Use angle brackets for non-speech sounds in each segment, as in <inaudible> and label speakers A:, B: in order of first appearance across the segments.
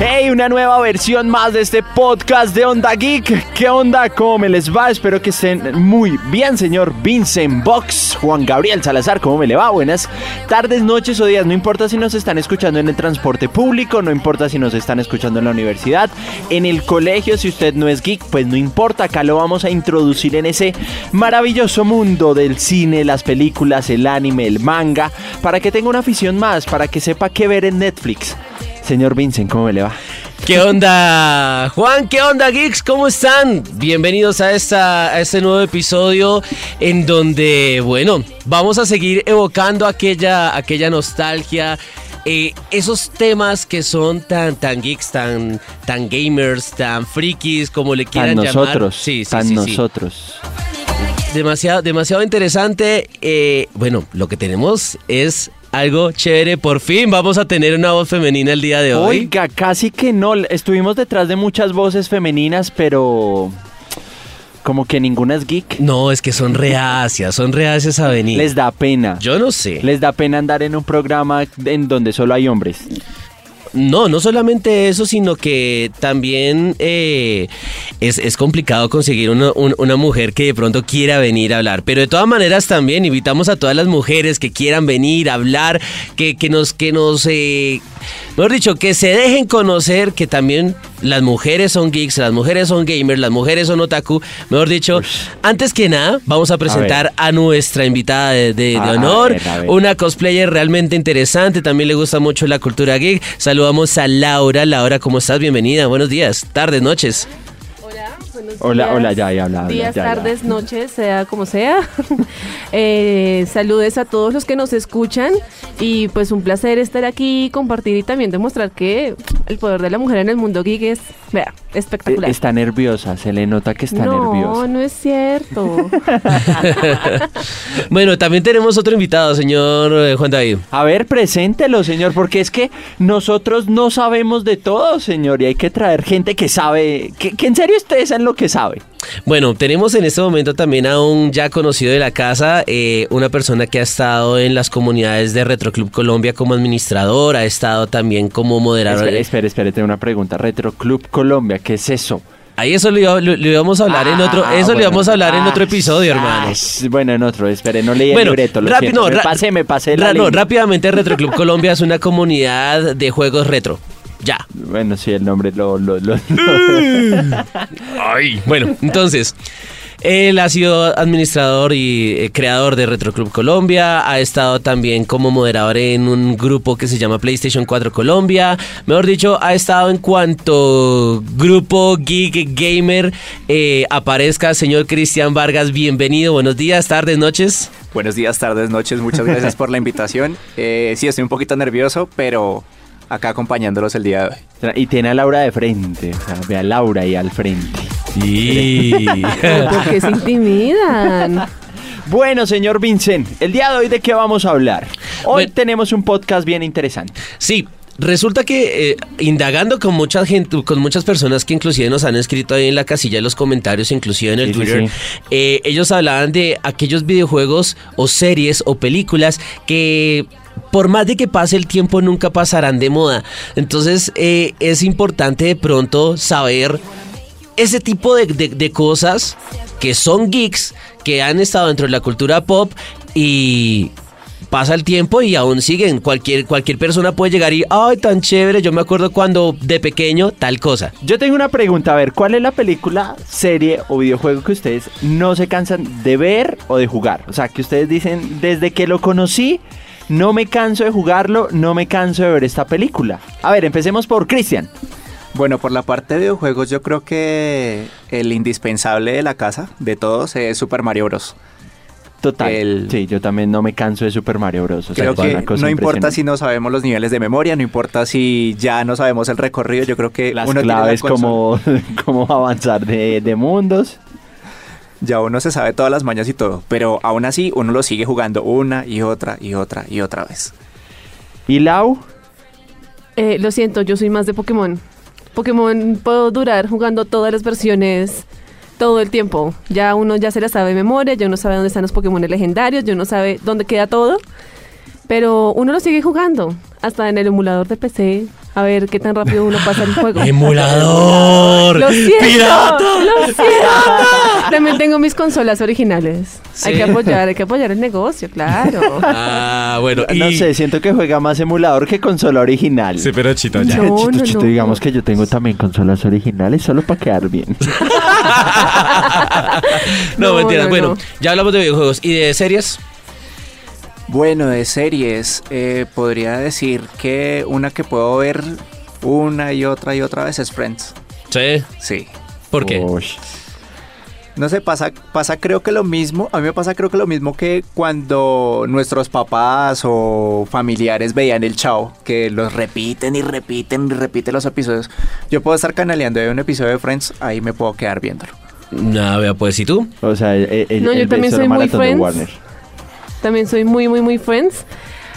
A: Hey, una nueva versión más de este podcast de Onda Geek. ¿Qué onda? ¿Cómo me les va? Espero que estén muy bien, señor Vincent Box, Juan Gabriel Salazar, ¿cómo me le va? Buenas tardes, noches o días. No importa si nos están escuchando en el transporte público, no importa si nos están escuchando en la universidad, en el colegio, si usted no es geek, pues no importa. Acá lo vamos a introducir en ese maravilloso mundo del cine, las películas, el anime, el manga, para que tenga una afición más, para que sepa qué ver en Netflix. Señor Vincent, ¿cómo me le va?
B: ¿Qué onda, Juan? ¿Qué onda, geeks? ¿Cómo están? Bienvenidos a, esta, a este nuevo episodio en donde, bueno, vamos a seguir evocando aquella, aquella nostalgia. eh, esos temas que son tan, tan geeks, tan, tan gamers, tan frikis, como le
A: Tan
B: quieran llamar.
A: nosotros,
B: Sí, sí,
A: tan
B: sí, sí.
A: nosotros.
B: Demasiado, demasiado interesante. Eh, bueno, lo que tenemos es algo chévere. Por fin vamos a tener una voz femenina el día de hoy.
A: Oiga, casi que no. Estuvimos detrás de muchas voces femeninas, pero como que ninguna es geek.
B: No, es que son reacias, son reacias a venir.
A: Les da pena.
B: Yo no sé.
A: Les da pena andar en un programa en donde solo hay hombres. Eh,
B: No, no solamente eso, sino que también eh, es, es complicado conseguir una, un- una mujer que de pronto quiera venir a hablar. Pero de todas maneras también invitamos a todas las mujeres que quieran venir a hablar, que, que nos, que nos, eh, mejor dicho, que se dejen conocer que también las mujeres son geeks, las mujeres son gamers, las mujeres son otaku. Mejor dicho, antes que nada, vamos a presentar a, nuestra invitada de, de- de
A: Ah, A
B: honor,
A: ver, a ver.
B: una cosplayer realmente interesante, también le gusta mucho la cultura geek. Saludamos a Laura. Laura, ¿cómo estás? Bienvenida. Buenos días, tardes, noches.
C: Hola, buenos
A: Hola,
C: días.
A: hola, ya, ya, habla, habla,
C: Días,
A: ya, ya.
C: tardes, noches, sea como sea. <laughs> Eh, saludes a todos los que nos escuchan y pues un placer estar aquí y compartir y también demostrar que el poder de la mujer en el mundo geek es vea, espectacular.
A: Eh, Está nerviosa, se le nota que está
C: no,
A: nerviosa.
C: no
A: <laughs>
C: es cierto.
B: Bueno, también tenemos otro invitado, señor eh, Juan David.
A: A ver, preséntelo, señor, porque es que nosotros no sabemos de todo, señor, y hay que traer gente que sabe, que, que en serio ustedes saben lo que sabe.
B: Bueno, tenemos en este momento también a un ya conocido de la casa, eh, una persona que ha estado en las comunidades de Retroclub Colombia como administrador, ha estado también como moderador.
A: Espera, espera, espera, tengo una pregunta. Retro Club Colombia, ¿qué es eso?
B: Ahí eso lo, iba- lo- lo íbamos a hablar en otro,
A: Ah,
B: eso lo
A: bueno.
B: íbamos a hablar en otro
A: Ah,
B: episodio,
A: ah,
B: hermano.
A: Bueno, en otro, espere, no leí el libreto, lo
B: rápido,
A: siento.
B: no,
A: me
B: ra-
A: pasé, me pasé la
B: ra- no,
A: línea. <laughs>
B: rápidamente Retroclub Colombia es una comunidad de juegos retro. Ya.
A: Bueno, sí, el nombre lo... lo, lo-
B: Ay.
A: <laughs>
B: Bueno, entonces, él ha sido administrador y eh, creador de Retroclub Colombia, ha estado también como moderador en un grupo que se llama PlayStation 4 Colombia, mejor dicho, ha estado en cuanto grupo geek gamer eh, aparezca, señor Cristian Vargas, bienvenido, buenos días, tardes, noches.
D: Buenos días, tardes, noches. Muchas gracias por la invitación.
A: <laughs>
D: Eh, sí, estoy un poquito nervioso, pero acá acompañándolos el día de hoy.
A: y tiene a Laura de frente, o sea, ve a Laura ahí al frente.
B: <laughs> Y...
C: Porque se intimidan.
A: Bueno, señor Vincent, el día de hoy de qué vamos a hablar. Hoy
B: Bueno.
A: tenemos un podcast bien interesante.
B: Sí, resulta que eh, indagando con mucha gente, con muchas personas que inclusive nos han escrito ahí en la casilla de los comentarios, inclusive en el
A: Sí, sí,
B: Twitter,
A: sí.
B: eh, ellos hablaban de aquellos videojuegos o series o películas que por más de que pase el tiempo nunca pasarán de moda. Entonces eh, es importante de pronto saber ese tipo de, de- de cosas que son geeks, que han estado dentro de la cultura pop y pasa el tiempo y aún siguen. Cualquier, cualquier persona puede llegar y, ay, tan chévere, yo me acuerdo cuando de pequeño tal cosa.
A: Yo tengo una pregunta, a ver, ¿cuál es la película, serie o videojuego que ustedes no se cansan de ver o de jugar? O sea, que ustedes dicen, desde que lo conocí, no me canso de jugarlo, no me canso de ver esta película. A ver, empecemos por Cristian.
D: Bueno, por la parte de videojuegos, yo creo que el indispensable de la casa, de todos, es Super Mario Bros.
A: Total.
D: El-
A: Sí, yo también no me canso de Super Mario Bros. O sea,
D: Creo
A: es Pues una
D: que
A: cosa
D: no importa
A: impresionante.
D: si no sabemos los niveles de memoria, no importa si ya no sabemos el recorrido, yo creo que
A: Las
D: uno tiene la
A: claves
D: consola.
A: como, como <laughs> avanzar de, de mundos.
D: Ya uno se sabe todas las mañas y todo, pero aún así uno lo sigue jugando una y otra y otra y otra vez.
A: ¿Y Lau?
C: Eh, lo siento, yo soy más de Pokémon. Pokémon puedo durar jugando todas las versiones todo el tiempo. Ya uno ya se la sabe de memoria, ya uno sabe dónde están los Pokémon legendarios, ya uno sabe dónde queda todo. Pero uno lo sigue jugando, hasta en el emulador de PC, a ver qué tan rápido uno pasa
A: <laughs>
C: el juego.
B: ¡Emulador!
C: ¡Lo siento!
B: ¡Pirata!
C: ¡Lo siento! También tengo mis consolas originales. Hay
B: Sí.
C: que apoyar, hay que apoyar el negocio, claro.
A: <laughs>
B: Ah, bueno. Y...
A: No sé, siento que juega más emulador que consola original.
E: Sí, pero chito ya.
C: No,
A: Chito,
C: no,
A: chito,
C: no.
A: digamos que yo tengo también consolas originales solo para quedar bien.
B: no,
C: No,
B: mentiras.
C: no,
B: bueno,
C: no.
B: ya hablamos de videojuegos. ¿Y de series?
D: Bueno, de series, eh, podría decir que una que puedo ver una y otra y otra vez es Friends.
B: Sí.
D: Sí.
B: <laughs> ¿Por qué?
A: Ush.
D: No sé, pasa, pasa creo que lo mismo, a mí me pasa creo que lo mismo que cuando nuestros papás o familiares veían el chao, que los repiten y repiten y repiten los episodios. Yo puedo estar canaleando de un episodio de Friends, ahí me puedo quedar viéndolo.
B: Nada, vea, pues, ¿y tú?
A: O sea, el, el-
C: No, yo
A: el
C: también
A: beso de
C: soy muy
A: maratón de
C: Friends.
A: Warner.
C: También soy muy, muy, muy friends.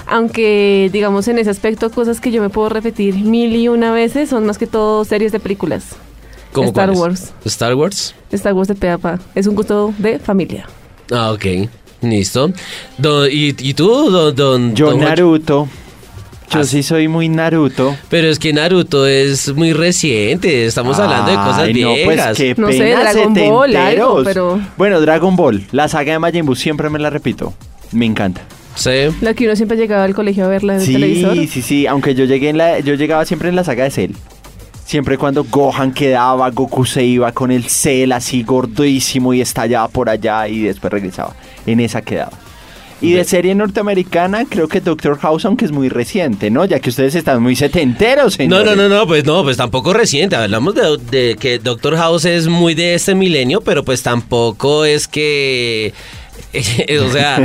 C: Aunque, digamos, en ese aspecto, cosas que yo me puedo repetir mil y una veces son más que todo series de películas.
B: ¿Cómo
C: Star
B: cuáles?
C: Wars.
B: Star Wars.
C: Star Wars de Peapa. Es un gusto de familia.
B: Ah, ok. Listo. Do- ¿y, y tú, don, don-
A: Yo
B: don Juan-
A: Naruto. Yo
B: Ah,
A: sí soy muy Naruto.
B: Pero es que Naruto es muy reciente. Estamos hablando de cosas
A: Ay, no,
B: viejas.
A: pues qué
C: No sé,
A: pena,
C: Dragon Ball, algo,
A: setenteros.
C: pero-
A: Bueno, Dragon Ball, la saga de Majin Buu, siempre me la repito. Me encanta.
B: Sí.
C: La que uno siempre llegaba al colegio a verla en el
A: Sí,
C: televisor.
A: sí, sí, aunque yo llegué en la yo llegaba siempre en la saga de Cell. Siempre cuando Gohan quedaba, Goku se iba con el Cell así gordísimo y estallaba por allá y después regresaba. En esa quedaba. Y de
B: Ve.
A: serie norteamericana, creo que Doctor House, aunque es muy reciente, ¿no? Ya que ustedes están muy setenteros,
B: No,
A: señores.
B: no, no, no, pues no, pues tampoco reciente. Hablamos de, de que Doctor House es muy de este milenio, pero pues tampoco es que. <laughs> o sea,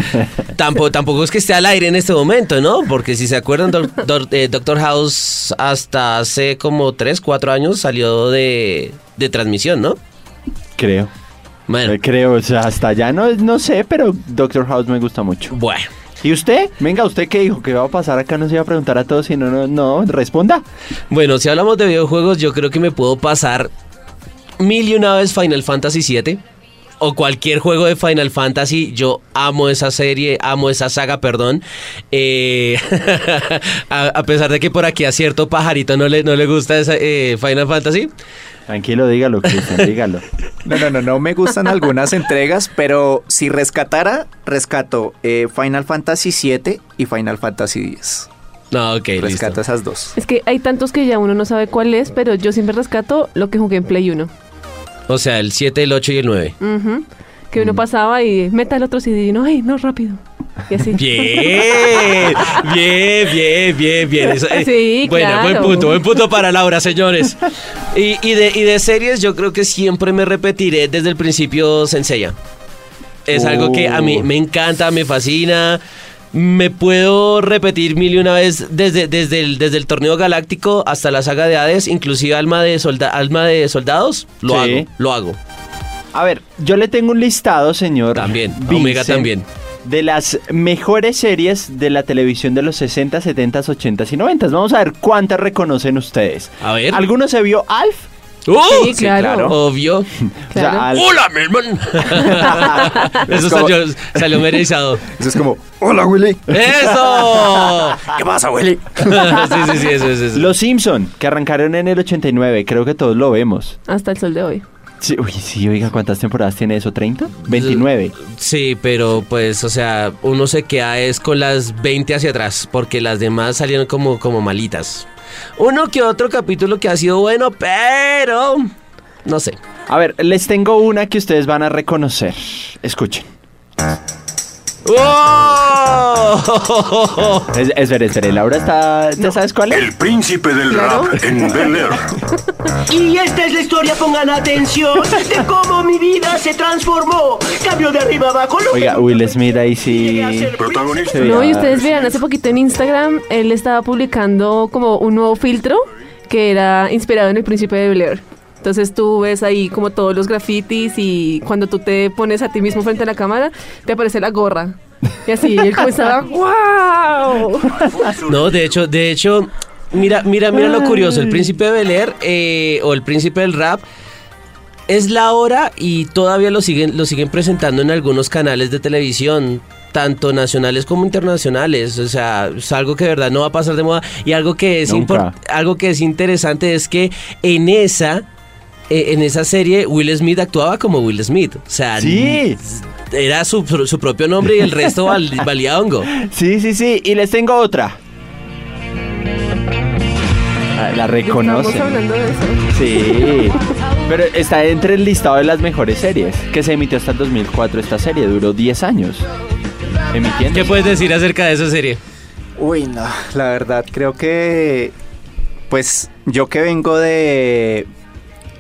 B: tampoco, tampoco es que esté al aire en este momento, ¿no? Porque si se acuerdan, Doc- Doc- eh, Doctor House hasta hace como 3, 4 años salió de, de transmisión, ¿no?
A: Creo.
B: Bueno,
A: Eh, Creo, o sea, hasta allá no, no sé, pero Doctor House me gusta mucho.
B: bueno.
A: ¿Y usted? Venga, ¿usted qué dijo? ¿Qué va a pasar acá? No se iba a preguntar a todos, si no, no, no, responda.
B: Bueno, si hablamos de videojuegos, yo creo que me puedo pasar mil y una vez Final Fantasy VII. O cualquier juego de Final Fantasy, yo amo esa serie, amo esa saga, perdón. Eh, <laughs> a, a pesar de que por aquí a cierto pajarito no le, no le gusta esa, eh, Final Fantasy.
A: Tranquilo, dígalo, Cristian, <laughs> dígalo.
D: No, no, no, no me gustan algunas entregas, pero si rescatara, rescato eh, Final Fantasy VII y Final Fantasy X.
B: No, ok,
D: Eh,
B: listo.
D: Rescato esas dos.
C: Es que hay tantos que ya uno no sabe cuál es, pero yo siempre rescato lo que jugué en Play 1.
B: O sea, el 7, el 8 y el 9.
C: Ujú. Que
A: Mm.
C: uno pasaba y meta el otro CD y uno, ay, no, rápido.
A: <laughs>
C: Y así.
B: Bien, bien, bien, bien, bien. Eso, eh,
C: Sí,
B: bueno, buen
C: claro.
B: punto, buen punto para Laura, señores. Y, y de, y de series, yo creo que siempre me repetiré desde el principio Senseiya. Es algo que a mí
A: Oh.
B: me encanta, me fascina. Me puedo repetir mil y una vez desde, desde, el, desde el torneo galáctico hasta la saga de Hades, inclusive Alma de, solda- alma de Soldados. Lo
A: Sí.
B: hago, lo hago.
A: A ver, yo le tengo un listado, señor.
B: También, Omega también.
A: De las mejores series de la televisión de los 60, 70, 80 y 90. Vamos a ver cuántas reconocen ustedes.
B: A ver.
A: ¿Alguno se vio Alf?
B: ¡Uh!
C: Sí, claro.
B: Obvio.
C: Claro.
A: Alf-
B: ¡Hola, mi hermano! Eso salió, salió merizado.
D: Eso es como, hola Willy.
B: ¡Eso!
D: ¿Qué pasa, Willy?
B: <laughs> sí, sí, sí, eso, eso, eso.
A: Los Simpson, que arrancaron en el 89, creo que todos lo vemos.
C: Hasta el sol de hoy.
A: Sí, uy, sí, oiga, ¿cuántas temporadas tiene eso? ¿30? 29.
B: Sí, pero pues, o sea, uno se queda es con las 20 hacia atrás, porque las demás salieron como, como malitas. Uno que otro capítulo que ha sido bueno, pero... No sé.
A: A ver, les tengo una que ustedes van a reconocer. Escuchen.
B: ¡Oh! <laughs>
A: Es, espere, espere, Laura está. ¿Ya sabes cuál es?
F: El príncipe del
C: Claro.
F: rap en Bel Air.
G: Y esta es la historia, pongan atención, de cómo mi vida se transformó. Cambio de arriba abajo. lo que
A: Oiga,
G: nunca
A: Will Smith ahí
G: llegué a
A: sí.
G: ser.
F: Protagonista.
A: Sí.
C: No, y
A: Ah,
C: ustedes verán, hace poquito en Instagram él estaba publicando como un nuevo filtro que era inspirado en el príncipe de Blair. Entonces tú ves ahí como todos los grafitis y cuando tú te pones a ti mismo frente a la cámara, te aparece la gorra. Y así, y
A: <laughs>
C: él comenzaba, ¡wow!
B: No, de hecho, de hecho, mira, mira, mira lo curioso. El príncipe de Bel Air eh, o el príncipe del rap es la hora y todavía lo siguen, lo siguen presentando en algunos canales de televisión, tanto nacionales como internacionales. O sea, es algo que de verdad no va a pasar de moda. Y algo que es,
A: Nunca.
B: impor- algo que es interesante es que en esa, eh, en esa serie Will Smith actuaba como Will Smith. O sea,
A: Sí.
B: era su, su propio nombre y el resto
A: <laughs>
B: val- valía hongo.
A: Sí, sí, sí. Y les tengo otra. Ah, La
C: Estamos
A: reconocen.
C: hablando de eso.
A: Sí. Pero está entre el listado de las mejores series, que se emitió hasta el 2004 esta serie, duró 10 años. Emitiendo.
B: ¿Qué puedes decir acerca de esa serie?
D: Uy, no, la verdad, creo que. Pues yo que vengo de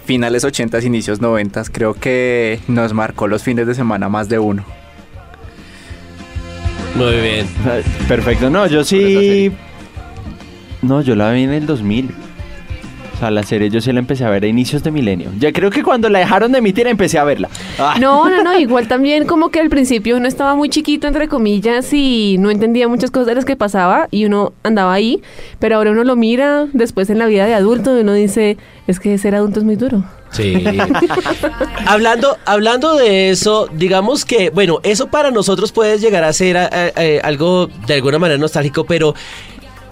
D: finales 80s, inicios 90s, creo que nos marcó los fines de semana más de uno.
B: Muy bien.
A: Perfecto, no, yo
D: esa
A: sí.
D: serie.
A: No, yo la vi en el 2000. O sea, la serie yo sí la empecé a ver a inicios de milenio. Ya creo que cuando la dejaron de emitir empecé a verla. Ah,
C: <laughs> No, no, no, igual también como que al principio uno estaba muy chiquito, entre comillas, y no entendía muchas cosas de las que pasaba y uno andaba ahí, pero ahora uno lo mira después en la vida de adulto y uno dice, es que ser adulto es
B: <laughs>
C: muy duro.
A: <laughs>
B: Sí. hablando, hablando de eso, digamos que, bueno, eso para nosotros puede llegar a ser eh, eh, algo de alguna manera nostálgico, pero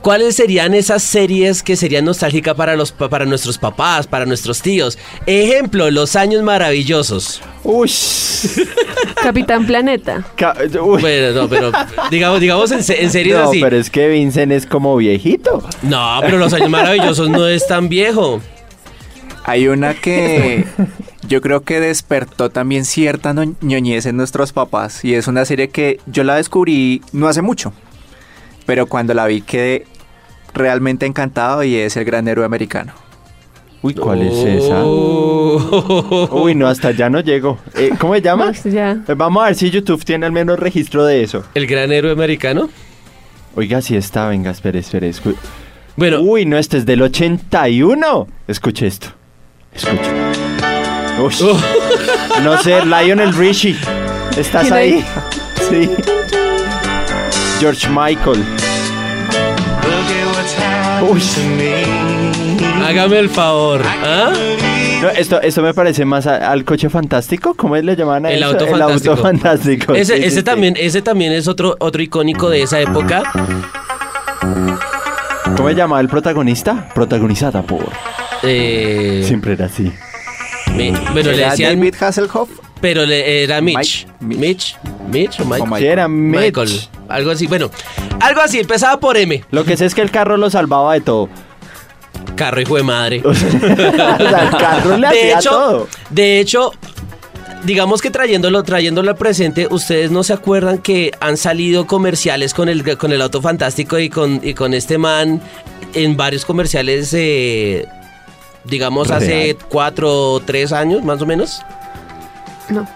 B: ¿cuáles serían esas series que serían nostálgicas para, los, pa- para nuestros papás, para nuestros tíos? Ejemplo, Los Años Maravillosos.
A: Uy.
C: Capitán Planeta.
A: ca- uy.
B: Bueno, no, pero digamos, digamos en, se- en Pues, series
A: No,
B: así.
A: pero es que Vincent es como viejito.
B: No, pero Los Años Maravillosos no es tan viejo.
D: Hay una <laughs> que yo creo que despertó también cierta no- ñoñez en nuestros papás y es una serie que yo la descubrí no hace mucho, pero cuando la vi quedé realmente encantado y es El Gran Héroe Americano.
A: Uy, ¿cuál es esa?
B: Oh. <laughs>
A: Uy, no, hasta ya no llego. Eh, ¿Cómo se
B: Ah.
A: llama?
C: Max, Pues, ya.
A: Eh, Vamos a ver si YouTube tiene al menos registro de eso.
B: El gran héroe americano.
A: Oiga, sí está, venga, espere, espere. escu-
B: Bueno,
A: Uy, no, este es del 81. Escuche esto. Escuche. <laughs> Uy. No sé, Lionel Richie. ¿Estás
C: ¿Quién
A: ahí? Sí. George Michael. Uy.
B: hágame el favor. ¿ah?
A: No, esto, esto me parece más a- al coche fantástico. ¿Cómo le llamaban a
B: El
A: eso?
B: auto fantástico.
A: auto fantástico.
B: Ese,
A: Pues sí, sí,
B: ese
A: sí.
B: también, ese también es otro, otro icónico de esa época.
A: ¿Cómo se llamaba el protagonista? Protagonizada por.
B: Eh,
A: Siempre era así.
B: mi- bueno, le
D: ¿Era
B: decían,
D: David Hasselhoff?
B: pero le, era Mitch.
D: Mike-
B: Mitch. Mitch o Mike.
D: O Michael.
A: Sí, era Mitch.
B: Michael. Algo así. Bueno, algo así. Empezaba por M.
A: Lo que sé es que el carro lo salvaba de todo. <laughs>
B: Carro hijo de madre.
A: O sea, el carro <laughs> le
B: De
A: hacía
B: hecho,
A: todo.
B: de hecho, digamos que trayéndolo, trayéndolo al presente, ustedes no se acuerdan que han salido comerciales con el, con el auto fantástico y con, y con este man en varios comerciales, eh, digamos, hace
A: Real.
B: cuatro o tres años, más o menos.
C: No.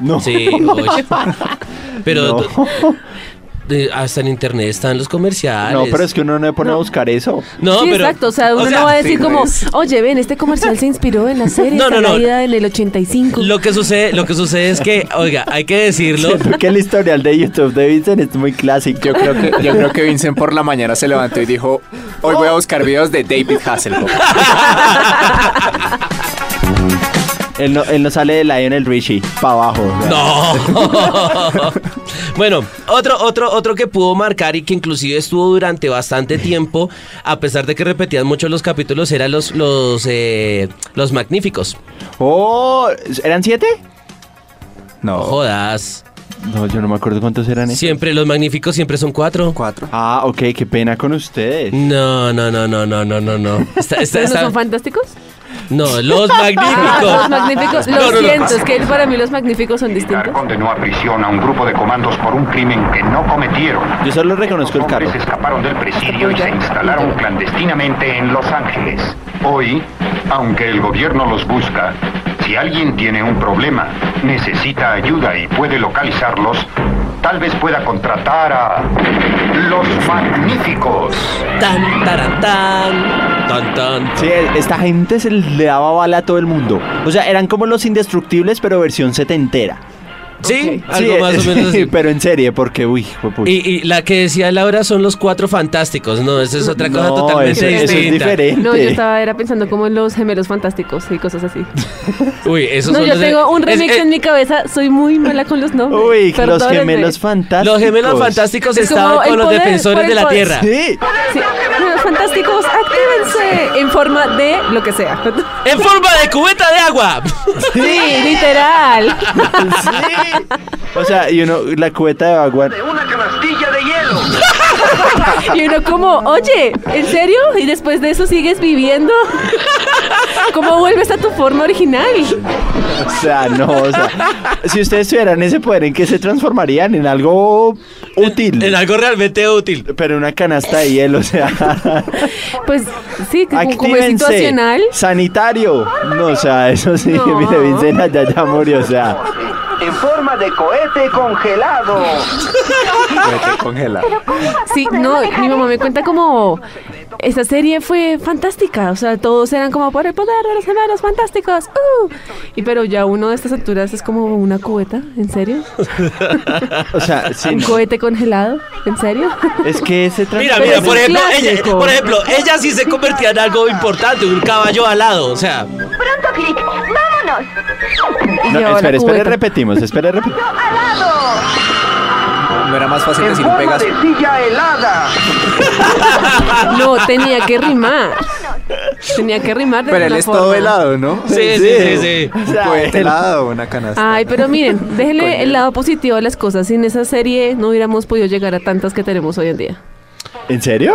A: No. <laughs>
B: Sí, oye. Pero
A: No.
B: eh, hasta en internet están los comerciales.
A: No, pero es que uno no le pone a buscar eso.
B: No,
C: sí,
B: pero-
C: exacto, o sea, uno no va a decir
D: sí,
C: como,
D: pues.
C: oye, ven, este comercial se inspiró en la serie
B: No, no, no.
C: salida en el 85.
B: Lo que sucede, lo que sucede es que, oiga, hay que
A: <laughs>
B: decirlo.
A: Siento que el historial de YouTube de Vincent es muy clásico.
D: Yo creo, que, yo creo que Vincent por la mañana se levantó y dijo, hoy voy a buscar videos de David Hasselhoff.
A: Él no, él no sale de Lionel Richie, para abajo. o sea.
B: No. <laughs> bueno, otro, otro, otro que pudo marcar y que inclusive estuvo durante bastante tiempo, a pesar de que repetían mucho los capítulos, eran los, los, eh, los magníficos.
A: Oh, ¿eran siete?
D: No,
B: Jodas.
A: No, yo no me acuerdo cuántos eran. esos.
B: Siempre los magníficos siempre son cuatro.
D: cuatro.
A: Ah, ok, qué pena con ustedes.
B: No, no, no, no, no, no, no, no.
C: <laughs>
B: Está- está-
C: ¿No
B: está- <laughs>
C: son fantásticos?
B: no, los
C: Ah,
B: magníficos.
C: <laughs> los magníficos, lo
B: No, no, no.
C: siento, es que para mí los magníficos son distintos.
E: Condenó a prisión a un grupo de comandos por un crimen que no cometieron.
A: Yo solo reconozco el
E: Los
A: carro.
E: hombres escaparon del presidio y se instalaron clandestinamente en Los Ángeles. Hoy, aunque el gobierno los busca, si alguien tiene un problema, necesita ayuda y puede localizarlos, tal vez pueda contratar a los magníficos.
B: Tan, taran, tan, tan, tan.
A: Sí, esta gente se le daba bala a todo el mundo. O sea, eran como los indestructibles, pero versión setentera.
B: Sí,
C: Ok.
B: algo
A: Sí,
B: más o
A: sí,
B: menos. así.
A: <laughs> pero en serie, porque, uy, juepucha.
B: Y, y la que decía Laura son los cuatro fantásticos. No, esa es otra cosa
A: No,
B: totalmente
A: eso, eso es
B: distinta.
A: diferente.
C: No, yo estaba era pensando como en los gemelos fantásticos y cosas así.
B: Uy, esos
C: No,
B: son
C: yo
B: los de-
C: tengo un
B: es- eh,
C: remix
B: es-
C: en mi cabeza, soy muy mala con los nombres.
A: Uy, los
C: perdónenme.
A: gemelos fantásticos.
B: Los gemelos fantásticos
C: Es como
B: estaban con
C: el
B: los
C: poder,
B: defensores
C: por
B: de
C: el
B: la
C: poder.
B: tierra.
A: Sí.
C: Sí, gemelos fantásticos, actívense en forma de lo que sea.
B: En forma de cubeta
A: <laughs>
B: de agua.
C: Sí, <laughs> literal.
A: Sí. O sea, y uno, la cubeta de agua.
E: Una canastilla de hielo.
C: Y uno como, oye, ¿en serio? Y después de eso sigues viviendo. <laughs> ¿Cómo vuelves a tu forma original?
A: O sea, no, o sea. Si ustedes tuvieran ese poder, ¿en qué se transformarían? En algo útil.
B: En algo realmente útil.
A: Pero una canasta de hielo, o sea.
C: Pues sí, <laughs> como, como es
A: Actívense.
C: situacional.
A: Sanitario. No, o sea, eso sí,
C: No.
A: mire, Vincena ya, ya murió, o sea.
G: En forma de cohete congelado.
D: Vete, congela.
C: Sí, no, mi mamá me cuenta como esta serie fue fantástica, o sea, todos eran como por el poder de los gemelos fantásticos. ¡uh! Y pero ya uno de estas alturas es como una cubeta, ¿en serio?
A: O sea, sí.
C: Un
A: no.
C: cohete congelado, ¿en serio?
A: Es que ese trans-
B: Mira,
C: Pero
B: mira,
C: es
B: por
C: un
B: ejemplo, ella,
C: clásico.
B: por ejemplo, ella sí se convertía en algo importante, un caballo alado, o sea,
F: Pronto, Click, vámonos.
C: Y
A: No,
C: llevaba la
A: espere, espere,
C: cubeta.
A: repetimos, espere, repetimos.
D: No era más fácil
G: En
D: decir un
G: forma
D: Pegaso.
G: de silla helada.
C: No, tenía que rimar. Tenía que rimar de
D: Pero él
C: alguna
D: es todo
C: forma.
D: helado, ¿no?
B: sí, sí, sí, sí.
A: O
D: Un
A: sea,
D: cohete
A: el-
D: helado, una canasta.
C: Ay, pero miren, déjenle el lado positivo a las cosas. Sin esa serie no hubiéramos podido llegar a tantas que tenemos hoy en día.
A: ¿En serio?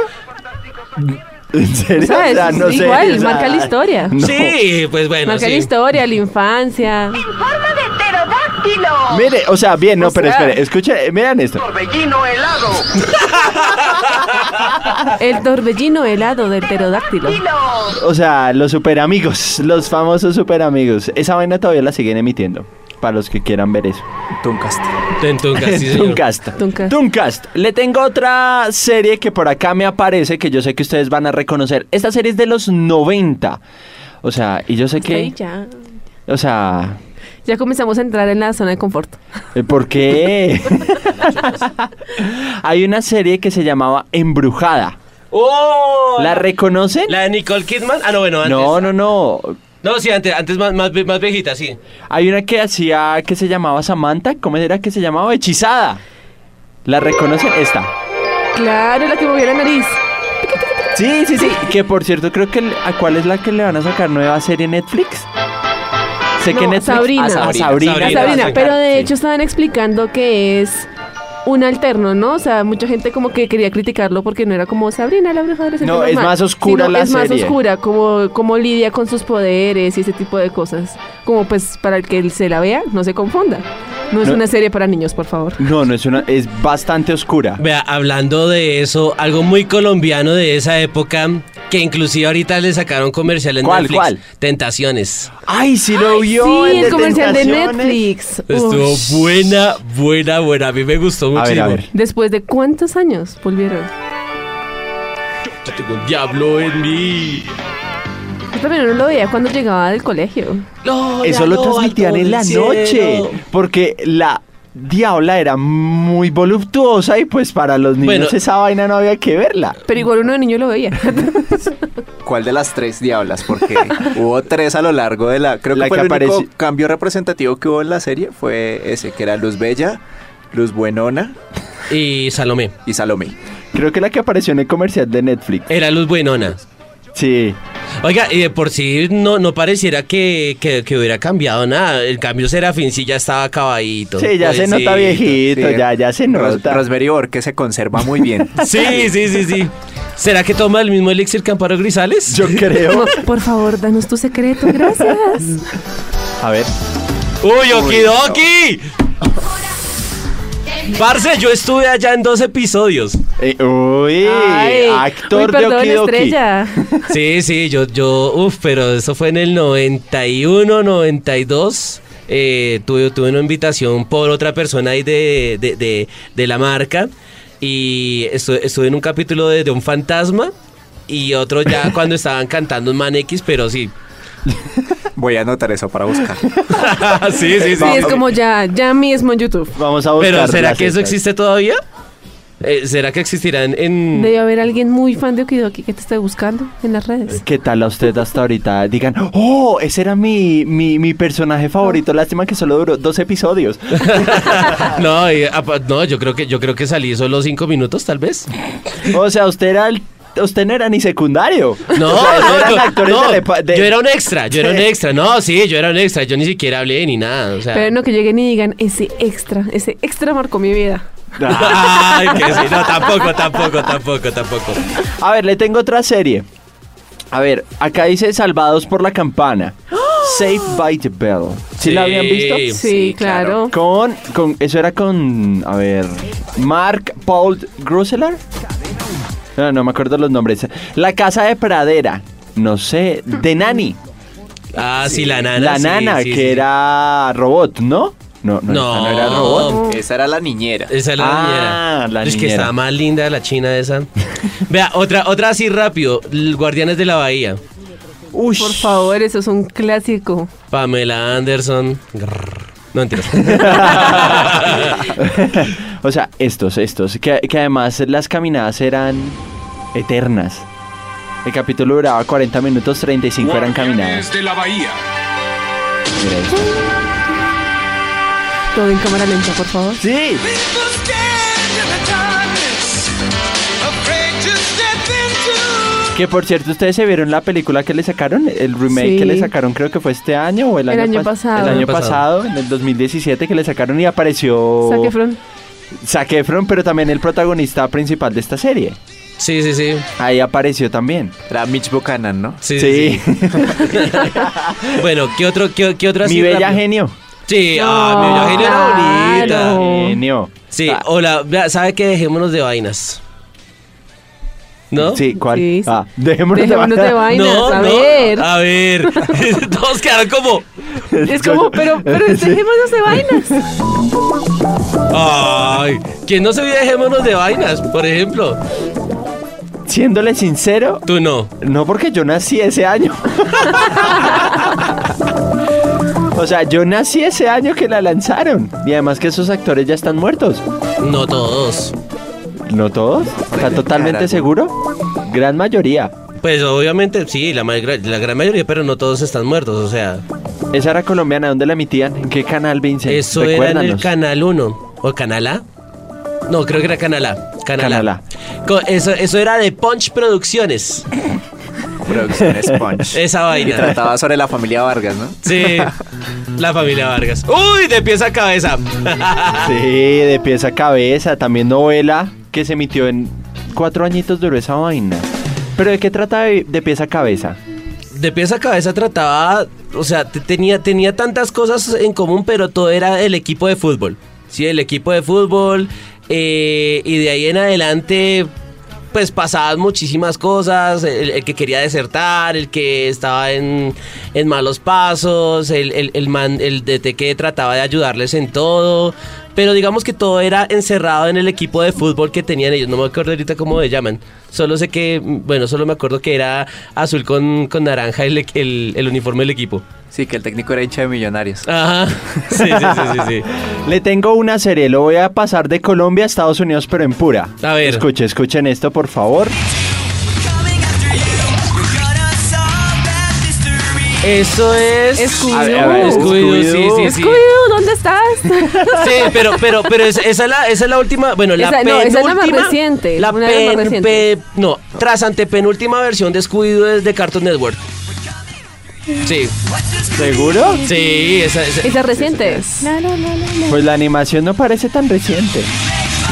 A: ¿En serio?
C: O sea, es igual,
A: o sea,
C: marca la historia.
A: no.
B: Sí, pues bueno,
C: Marca la
B: sí.
C: historia, la infancia.
F: En forma de pterodáctilo.
A: Mire, o sea, bien, no,
C: O
A: pero
C: sea-
A: espere, escuche, eh, miren esto.
E: Torbellino helado.
C: El torbellino helado del pterodáctilo.
F: Dilo.
A: O sea, los super amigos, los famosos super amigos. Esa vaina todavía la siguen emitiendo. Para los que quieran ver eso.
D: Tuncaste.
A: <laughs>
B: Tuntunca, sí, señor.
A: Tuncast.
C: Tuncast.
A: Tuncast. Le tengo otra serie que por acá me aparece que yo sé que ustedes van a reconocer. Esta serie es de los 90. O sea, y yo sé
C: Ahí
A: que.
C: ya.
A: O sea,
C: Ya comenzamos a entrar en la zona de confort.
A: Eh, ¿Por
C: <laughs>
A: qué? Hay una serie que se llamaba Embrujada.
B: ¡Oh!
A: ¿La reconocen?
B: ¿La de Nicole Kidman? Ah, no, bueno, antes.
A: No, no, no.
B: No, sí, antes, antes más, más, más viejita, sí.
A: Hay una que hacía que se llamaba Samantha. ¿Cómo era que se llamaba? Hechizada. ¿La reconocen? Esta.
C: Claro, la que movió la nariz.
A: Sí, sí, sí. Que por cierto, creo que. el- ¿A cuál es la que le van a sacar nueva serie en Netflix? Sé que
C: No,
A: Netflix.
C: Sabrina.
A: A Sabrina.
B: Sabrina,
A: le
C: La
A: van a
C: Sabrina,
A: sacar,
C: pero de
A: sí.
C: hecho estaban explicando que es un alterno, ¿no? O sea, mucha gente como que quería criticarlo porque no era como Sabrina la bruja adolescente.
A: No, es
C: normal,
A: más oscura
C: sino
A: la
C: es más
A: serie.
C: oscura, como, como lidia con sus poderes y ese tipo de cosas. Como pues para el que se la vea, no se confunda. No es
A: No.
C: una serie para niños, por favor.
A: No, no es una. Es bastante oscura.
B: Vea, hablando de eso, algo muy colombiano de esa época, que inclusive ahorita le sacaron comercial en
A: ¿Cuál,
B: Netflix.
A: cuál?
B: Tentaciones.
A: Ay, sí lo vio.
C: sí, el
A: de
C: comercial de
A: Tentaciones.
C: Netflix.
B: Estuvo
C: Ush.
B: buena, buena, buena. A mí me gustó
A: A ver,
B: muchísimo.
A: a ver.
C: Después de cuántos años volvieron.
B: Yo tengo un diablo en mí.
C: Yo también no lo veía cuando llegaba del colegio.
A: Eso lo transmitían en la noche, porque la diabla era muy voluptuosa y pues para los niños
B: Bueno.
A: esa vaina no había que verla.
C: Pero igual uno de niño lo veía.
D: ¿Cuál de las tres diablas? Porque hubo tres a lo largo de la. Creo
A: La
D: que, fue
A: que
D: el único
A: apareció-
D: cambio representativo que hubo en la serie fue ese, que era Luz Bella, Luz Buenona
B: Y Salomé.
D: y Salomé.
A: Creo que la que apareció en el comercial de Netflix.
B: Era Luz Buenona.
A: Sí.
B: Oiga, y de por sí no, no pareciera que, que- que hubiera cambiado nada. El cambio Serafín sí ya estaba acabadito. Pues
A: Sí, ya se nota
B: Pobrecito.
A: viejito,
D: Sí.
A: ya, ya se
D: Ros-
A: nota.
D: Rosemary Borges se conserva muy bien.
B: Sí, sí, sí, sí. ¿Será que toma el mismo elixir que Amparo Grisales?
A: Yo creo.
C: <laughs> No, por favor, danos tu secreto, gracias.
A: A ver.
B: ¡Uy, okidoki! Parce, yo estuve allá en dos episodios.
A: Eh, uy,
C: Ay,
A: actor
C: uy,
A: de
C: perdón,
A: Okidoki.
C: estrella.
B: Sí, sí, yo, yo, uff, pero eso fue en el 91, 92. Eh, tuve, tuve una invitación por otra persona ahí de, de, de- de la marca y estu- estuve, en un capítulo de, de un fantasma y otro ya cuando estaban cantando un man X, pero sí. <laughs>
D: Voy a anotar eso para buscar.
B: sí, sí, sí.
C: Sí, es como ya, ya mismo en YouTube.
A: Vamos a buscar.
B: Pero ¿será
A: las
B: que eso
A: estas.
B: existe todavía? Eh, ¿Será que existirán en...
C: Debe haber alguien muy fan de Okidoki que te esté buscando en las redes.
A: ¿Qué tal a usted hasta ahorita? Digan, oh, ese era mi, mi, mi personaje favorito. Lástima que solo duró dos
C: <laughs>
A: episodios.
B: <laughs> no, y apa- no, yo creo que yo creo que salí solo cinco minutos, tal <laughs> vez.
A: O sea, usted era el- usted no era ni secundario.
B: No,
A: O sea,
B: no,
A: eran
B: yo-
A: actores
B: no,
A: de la- de-
B: yo era un extra, yo era un extra. No, sí, yo era un extra, yo ni siquiera hablé ni nada. O sea.
C: Pero no que lleguen y digan, ese extra, ese extra marcó mi vida.
B: <laughs> Ay, que sí, no, tampoco, tampoco, tampoco, tampoco.
A: A ver, le tengo otra serie. A ver, acá dice Salvados por la Campana. Saved by the Bell. ¿Sí, la habían visto?
B: Sí,
C: ¡Ah! Sí, claro.
A: Con, con, eso era con, a ver, Mark Paul Gruseler. Ah, No, no me acuerdo los nombres. La Casa de Pradera. No sé, de Nani.
B: Ah, sí, la nana.
A: la
B: sí,
A: nana,
B: sí,
A: que
B: sí.
A: era robot, ¿no? No, no,
B: No.
A: esta no era robot.
D: Esa era la niñera.
B: Esa es la
A: Ah,
B: niñera.
A: la
B: es que
A: niñera.
B: está más linda la china esa. <laughs> Vea, otra, otra así rápido. L- Guardianes de la Bahía.
A: Uy,
C: Por favor, eso es un clásico.
B: Pamela Anderson. Grrr.
A: <laughs>
B: No entiendo.
A: o sea, estos, estos, que, que además las caminadas eran eternas. El capítulo duraba 40 minutos, 35 eran caminadas.
H: de la Bahía.
A: Mira eso.
C: Todo en cámara lenta, por favor.
A: Sí, que por cierto, ustedes se vieron la película que le sacaron, el remake
C: Sí.
A: que le sacaron, creo que fue este año o el,
C: El año
A: pas-
C: pasado.
A: El año
B: El año pasado.
A: pasado, en el 2017 que le sacaron y apareció
C: Zac Efron.
A: Zac Efron, pero también el protagonista principal de esta serie.
B: Sí, sí, sí.
A: Ahí apareció también.
D: Era Mitch Buchanan, ¿no?
B: Sí, sí,
A: <laughs>
B: sí. Bueno, ¿qué otro, qué, qué otro así
A: Mi bella
B: rápido?
A: genio.
B: Sí, ah, mi bella genio era bonita.
C: Claro. Oh.
A: Genio.
B: Sí,
A: Ah,
B: hola, vea, ¿sabe qué? Dejémonos de vainas. ¿No?
A: Sí, ¿cuál?
C: Sí, sí.
A: Ah, dejémonos,
C: Dejémonos
A: bajar.
C: de vainas,
B: no,
C: a
B: no,
C: ver.
B: A ver. <laughs> Todos quedaron como. <laughs>
C: Es como, pero, pero dejémonos de vainas.
B: Ay, ¿quién no se vio dejémonos de vainas, por ejemplo?
A: Siéndole sincero,
B: Tú no.
A: no porque yo nací ese año. O sea, yo nací ese año que la lanzaron. Y además que esos actores ya están muertos.
B: No todos.
A: ¿No todos? ¿Está totalmente
D: Carajo.
A: seguro? Gran mayoría.
B: Pues obviamente sí, la, ma- la gran mayoría, pero no todos están muertos. O sea,
A: Esa era colombiana, ¿dónde la emitían? ¿En qué canal, Vincent?
B: eso era en el
A: Recuérdanos.
B: Canal 1. ¿O Canal A? No, creo que era Canal A. Canal A.
A: Canal A.
B: Co- Eso, eso era de Punch Producciones.
D: Producción Sponge.
B: Esa vaina.
D: Trataba sobre la familia Vargas, ¿no?
B: Sí, la familia Vargas. ¡Uy! De pieza a cabeza.
A: Sí, de pieza a cabeza. También novela que se emitió en cuatro añitos duró esa vaina. Pero ¿de qué trata de, de pieza a cabeza?
B: De pieza a cabeza trataba, o sea, te- tenía, tenía tantas cosas en común, pero todo era el equipo de fútbol. Sí, el equipo de fútbol. eh, y de ahí en adelante, pues pasaban muchísimas cosas. El, el que quería desertar, el que estaba en, en malos pasos, el, el, el man, el DT que trataba de ayudarles en todo. Pero digamos que todo era encerrado en el equipo de fútbol que tenían ellos. No me acuerdo ahorita cómo le llaman. Solo sé que, bueno, solo me acuerdo que era azul con, con naranja el, equ- el- el uniforme del equipo.
D: Sí, que el técnico era hincha de millonarios.
B: Ajá. <laughs> Sí, sí, sí, sí.
A: Le tengo una serie, lo voy a pasar de Colombia a Estados Unidos, pero en pura.
B: A ver.
A: Escuchen, escuchen esto, por favor.
B: sí. Eso es.
C: Scooby-Doo.
A: A ver, a ver,
B: Scooby-Doo,
A: Scooby-Doo.
B: sí, sí, sí.
C: Scooby-Doo, ¿dónde <laughs> estás?
B: <laughs> Sí, pero, pero, pero es- esa, es la, esa es la última. Bueno, la
C: Esa- no, esa es la más
B: penúltima-
C: reciente,
B: La
C: una de las más
B: pen-
C: recientes.
B: pe- no, tras antepenúltima versión de Scooby-Doo es de Cartoon Network. Sí,
A: ¿Seguro?
B: sí, esa, esa-
C: Esa es reciente. No, no, no, no.
A: Pues la animación no parece tan reciente.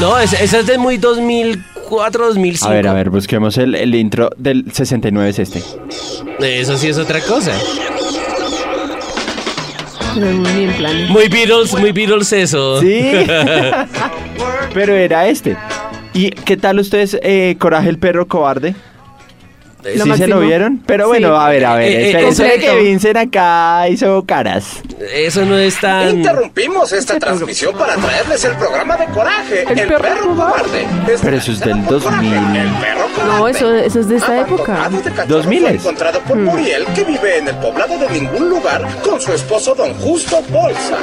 B: no, esa, esa es de muy 2004, 2005.
A: A ver, a ver, busquemos el, el intro del 69 es este.
B: Eso sí es otra cosa.
C: Pero muy bien plan.
B: Muy Beatles, muy Beatles eso. <laughs>
A: Sí. <laughs> Pero era este. ¿Y qué tal ustedes, eh, Coraje el Perro Cobarde? Sí
C: Lo
A: se
C: máximo.
A: lo vieron, pero bueno,
C: Sí.
A: a ver, a ver,
B: Eh, eh,
A: espere, espere
C: completo.
A: que Vincent acá hizo caras.
B: Eso no es tan...
H: Interrumpimos esta transmisión para traerles el programa de Coraje,
C: El
H: El,
C: perro
H: perro,
C: cobarde.
H: cobarde.
A: Pero eso es del 2000.
H: El perro cobarde.
C: No, eso- eso es de
B: Ah,
C: esta época.
H: Abandonado de cachorro
A: 2000.
H: fue encontrado por Muriel, que vive en el poblado de ningún lugar, con su esposo Don Justo Bolsa.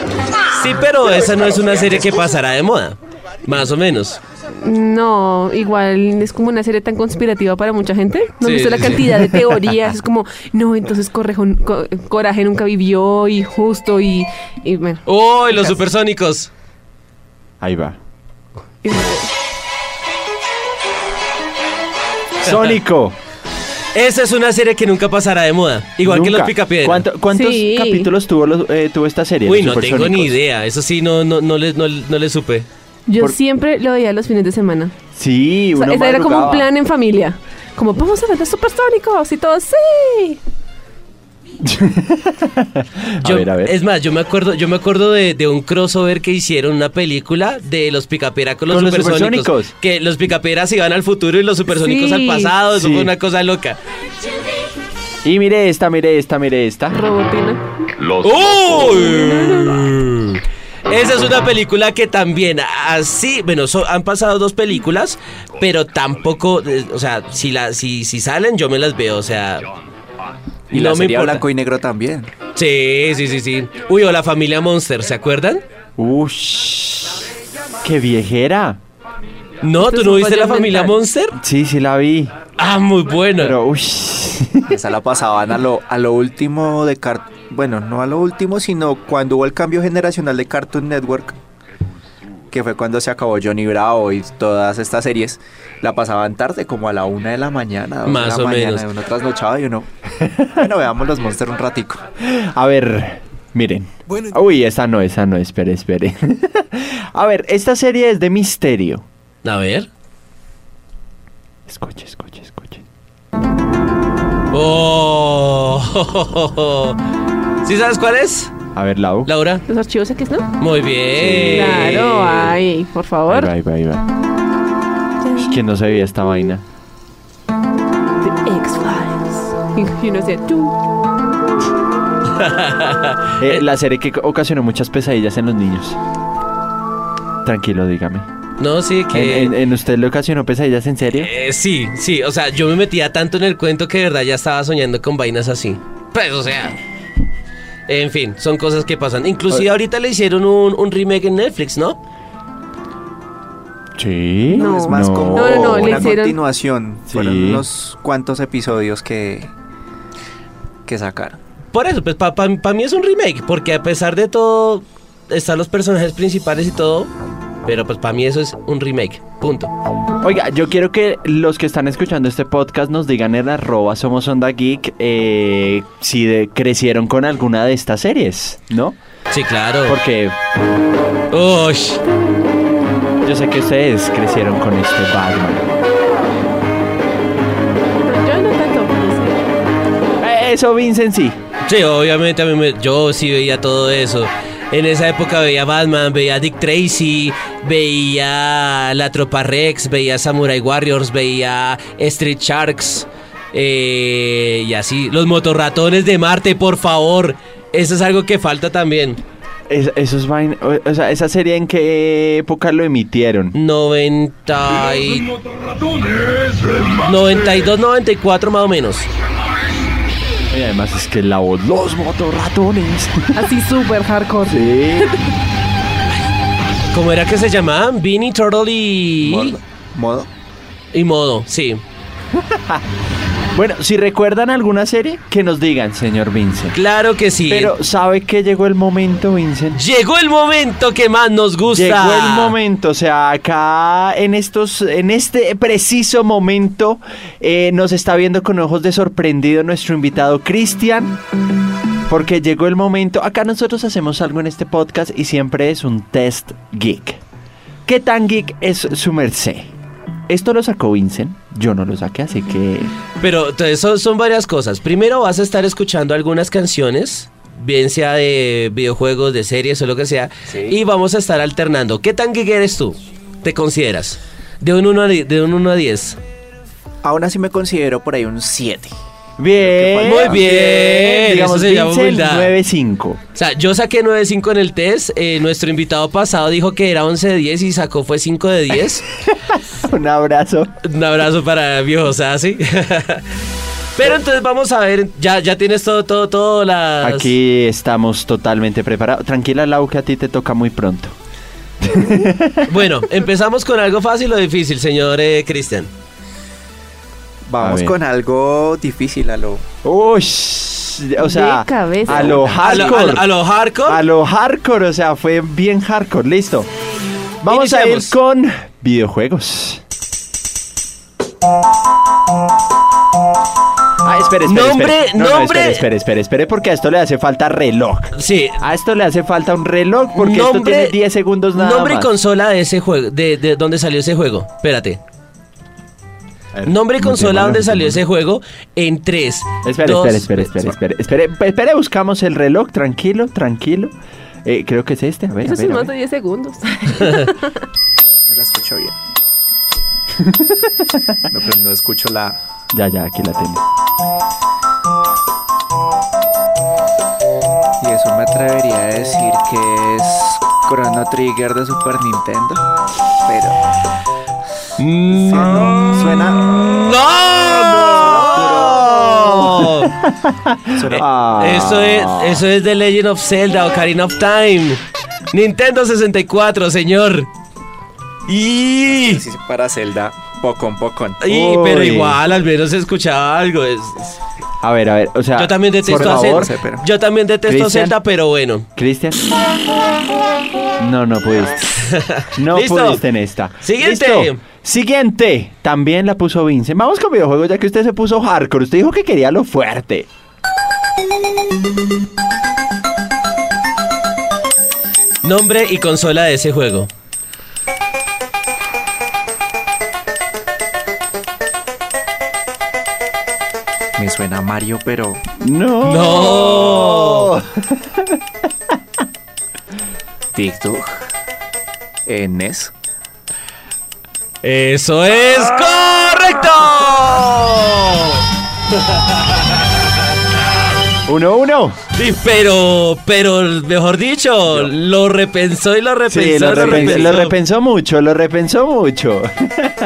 B: Sí, pero esa no es una serie que pasará de moda. Más o menos.
C: No, igual es como una serie tan conspirativa para mucha gente. No
B: Sí,
C: visto la
B: sí, sí. <laughs>
C: cantidad de teorías. Es como, no, entonces Correjón- Co- Coraje nunca vivió y justo y, y bueno.
B: ¡Uy, los supersónicos!
A: Ahí
B: <laughs>
A: va. Sónico.
B: Esa es una serie que nunca pasará de moda. Igual que los
A: Nunca.
B: Picapiedra.
A: ¿Cuánto- ¿Cuántos
C: Sí.
A: capítulos tuvo, los- eh, tuvo esta serie?
B: Uy, no
A: Los
B: tengo ni
A: Supersónicos?
B: idea. Eso sí, no, no, no, le, no, no le supe.
C: Yo
A: Por-
C: siempre lo veía los fines de semana.
A: Sí,
C: O sea,
A: uno
C: ese era como un
A: madrugaba.
C: plan en familia. Como, vamos a ver los supersónicos y todos, sí.
A: A
B: Yo-
A: ver, a ver.
B: Es más, yo me acuerdo, yo me acuerdo de, de un crossover que hicieron una película de los Picapiedra con los,
A: Con los
B: supersónicos,
A: supersónicos.
B: Que los Picapiedra se iban al futuro y los supersónicos
C: Sí.
B: al pasado. Eso
A: Sí.
B: fue una cosa loca.
A: Y mire esta, mire esta, mire esta.
C: Robotina.
E: Los
A: ¡Oh!
B: ¡Uy! Esa es una película que también así, bueno, so- han pasado dos películas, pero tampoco, eh, o sea, si la, si, si salen yo me las veo, o sea,
D: Y la serie blanco y negro también.
B: Sí, sí, sí, sí. Uy, o la familia Monster, ¿se acuerdan?
A: Ush. Qué viejera.
B: No,
C: Esto
B: ¿tú
C: es
B: no
C: un
B: viste la
C: fallo
B: familia
C: mental.
B: Monster?
A: Sí, sí la vi.
B: Ah, muy bueno.
A: Pero, ush. <laughs>
D: Esa la pasaban a lo, a lo último de Cartoon... Bueno, no a lo último, sino cuando hubo el cambio generacional de Cartoon Network, que fue cuando se acabó Johnny Bravo y todas estas series, la pasaban tarde, como a la una de la mañana, dos de
B: Más
D: la
B: o
D: mañana,
B: menos.
D: y uno trasnochaba y uno... Bueno, veamos los Monster un ratico.
A: A ver, miren. Uy, esa no, esa no, espere, espere. <laughs> A ver, esta serie es de misterio.
B: A ver.
A: Escuche, escuche, escuche.
B: Oh. ¿Sí sabes cuál es?
A: A ver, Lau.
B: Laura.
C: Los archivos X, ¿no?
B: Muy bien.
C: Claro, ay, por
A: Eh, Ahí
C: favor.
A: va, ahí va, ahí va. Es que no se veía esta vaina.
C: X-Files. Y uno decía, tú.
A: Eh, la serie que ocasionó muchas pesadillas en los niños. Tranquilo, dígame.
B: No, sí, que...
A: ¿En, en- en usted le ocasionó pesadillas en serio?
B: Eh, sí, sí, o sea, yo me metía tanto en el cuento que de verdad ya estaba soñando con vainas así. Pues, o sea... En fin, son cosas que pasan. Inclusive ahorita le hicieron un, un remake en Netflix, ¿no?
A: Sí.
C: No.
D: es más como
C: No, no, no, le
D: una
C: hicieron-
D: continuación.
A: Sí.
D: Fueron unos cuantos episodios que, que sacaron.
B: Por eso, pues para mí es un remake, porque a pesar de todo, están los personajes principales y todo, pero pues para mí eso es un remake, punto.
A: Oiga, yo quiero que los que están escuchando este podcast nos digan en arroba somos Onda Geek eh, si de- crecieron con alguna de estas series, ¿no?
B: Sí, claro.
A: Porque
B: Uy,
A: yo sé que ustedes crecieron con este Batman.
C: Yo no tanto. pero
A: Eh, Eso, Vincent, sí.
B: sí, obviamente a mí me- yo sí veía todo eso. En esa época veía Batman, veía Dick Tracy, veía La Tropa Rex, veía Samurai Warriors, veía Street Sharks eh, y así. Los motorratones de Marte, por favor. Eso es algo que falta también.
A: Es- esos vain- o- o sea, esa serie en qué época lo emitieron.
B: 90 y... 92, 94 más o menos.
A: Y además es que la voz, los motorratones.
C: sí. Así súper hardcore.
A: sí.
B: ¿Cómo era que se llamaban? Vinny, Turtle y...
D: Modo- Modo.
B: Y Modo, sí.
A: Bueno, si recuerdan alguna serie, que nos digan, señor Vincent.
B: Claro que sí.
A: Pero ¿sabe que llegó el momento, Vincent?
B: Llegó el momento que más nos gusta.
A: Llegó el momento, o sea, acá en estos, en este preciso momento, eh, nos está viendo con ojos de sorprendido nuestro invitado Cristian. Porque llegó el momento. Acá nosotros hacemos algo en este podcast y siempre es un test geek. ¿Qué tan geek es su merced? Esto lo sacó Vincent. Yo no lo saqué, así que.
B: Pero entonces son, son varias cosas. Primero vas a estar escuchando algunas canciones, bien sea de videojuegos, de series o lo que sea. Y vamos a estar alternando. ¿Qué tan geek eres tú? ¿Te consideras? De un 1 a, di- de un uno a 10.
D: Aún así me considero por ahí un 7.
A: Bien.
B: Muy bien,
A: Digamos,
B: eso se llama
A: Vincent
B: humildad.
A: 9-5.
B: O sea, yo saqué 9.5 en el test. eh, nuestro invitado pasado dijo que era 11 de 10 y sacó fue 5
A: <laughs>
B: de 10.
A: <laughs> Un abrazo.
B: Un abrazo para viejo Sassi. <laughs> Pero entonces vamos a ver, ya, ya tienes todo, todo, todo las...
A: Aquí estamos totalmente preparados. Tranquila, Lau, que a ti te toca muy pronto.
B: Bueno, empezamos con algo fácil o difícil, señor eh, Cristian.
D: Vamos
A: ver.
D: con algo difícil a lo.
A: Uy, o sea,
C: De cabeza.
A: a lo
B: A lo, a
A: hardcore.
B: lo- a lo hardcore.
A: A lo hardcore, o sea, fue bien hardcore, listo. Vamos
B: Iniciemos.
A: a ir con videojuegos. Ah, espere, espere,
B: Nombre,
A: espere. No, no,
B: nombre.
A: espere, espere, espere, espere, porque a esto le hace falta reloj.
B: Sí.
A: A esto le hace falta un reloj porque esto tiene 10 segundos nada
B: Nombre
A: más.
B: y consola de ese juego, de, de dónde salió ese juego. Espérate. Nombre y consola donde salió ese juego en 3.
A: Espera, espera, espera, espera, espera, espera, espera, buscamos el reloj, tranquilo, tranquilo. Eh, creo que es este, a ver,
C: Eso
A: a
C: es
A: ver, a
C: más de
A: ver.
C: 10 segundos.
D: La escucho bien. No, pero no escucho la.
A: Ya, ya, aquí la tengo.
D: Y eso me atrevería a decir que es Chrono Trigger de Super Nintendo. Pero. Sí, no, Suena.
B: ¡No!
D: suena-
A: Ah.
B: Eh, Eso es, eso es The Legend of Zelda, Ocarina of Time. Nintendo 64, señor. Y,
D: Sí, para Zelda, pocón, pocón.
B: y- pero
A: Uy.
B: igual, al menos se escuchaba algo. es- es-
A: A ver, a ver, o sea,
B: yo también detesto
A: por
B: a
A: favor,
B: Zelda.
D: pero-
B: Yo también detesto a
A: Cristian.
B: Zelda, pero bueno.
A: Cristian. No, no pudiste.
B: <laughs>
A: No
B: Listo.
A: pudiste en esta.
B: Siguiente.
A: Listo. Siguiente. También la puso Vince. Vamos con videojuegos, ya que usted se puso hardcore. Usted dijo que quería lo fuerte.
B: Nombre y consola de ese juego.
D: Me suena a Mario, pero.
A: No.
B: No.
D: TikTok. Eh, NES.
B: Eso es
A: Ah.
B: correcto.
A: Uno, uno.
B: Sí, pero, pero, mejor dicho, lo repensó y lo repensó.
A: Sí, lo,
B: lo
A: repen-
B: repensó.
A: lo repensó mucho, lo repensó mucho.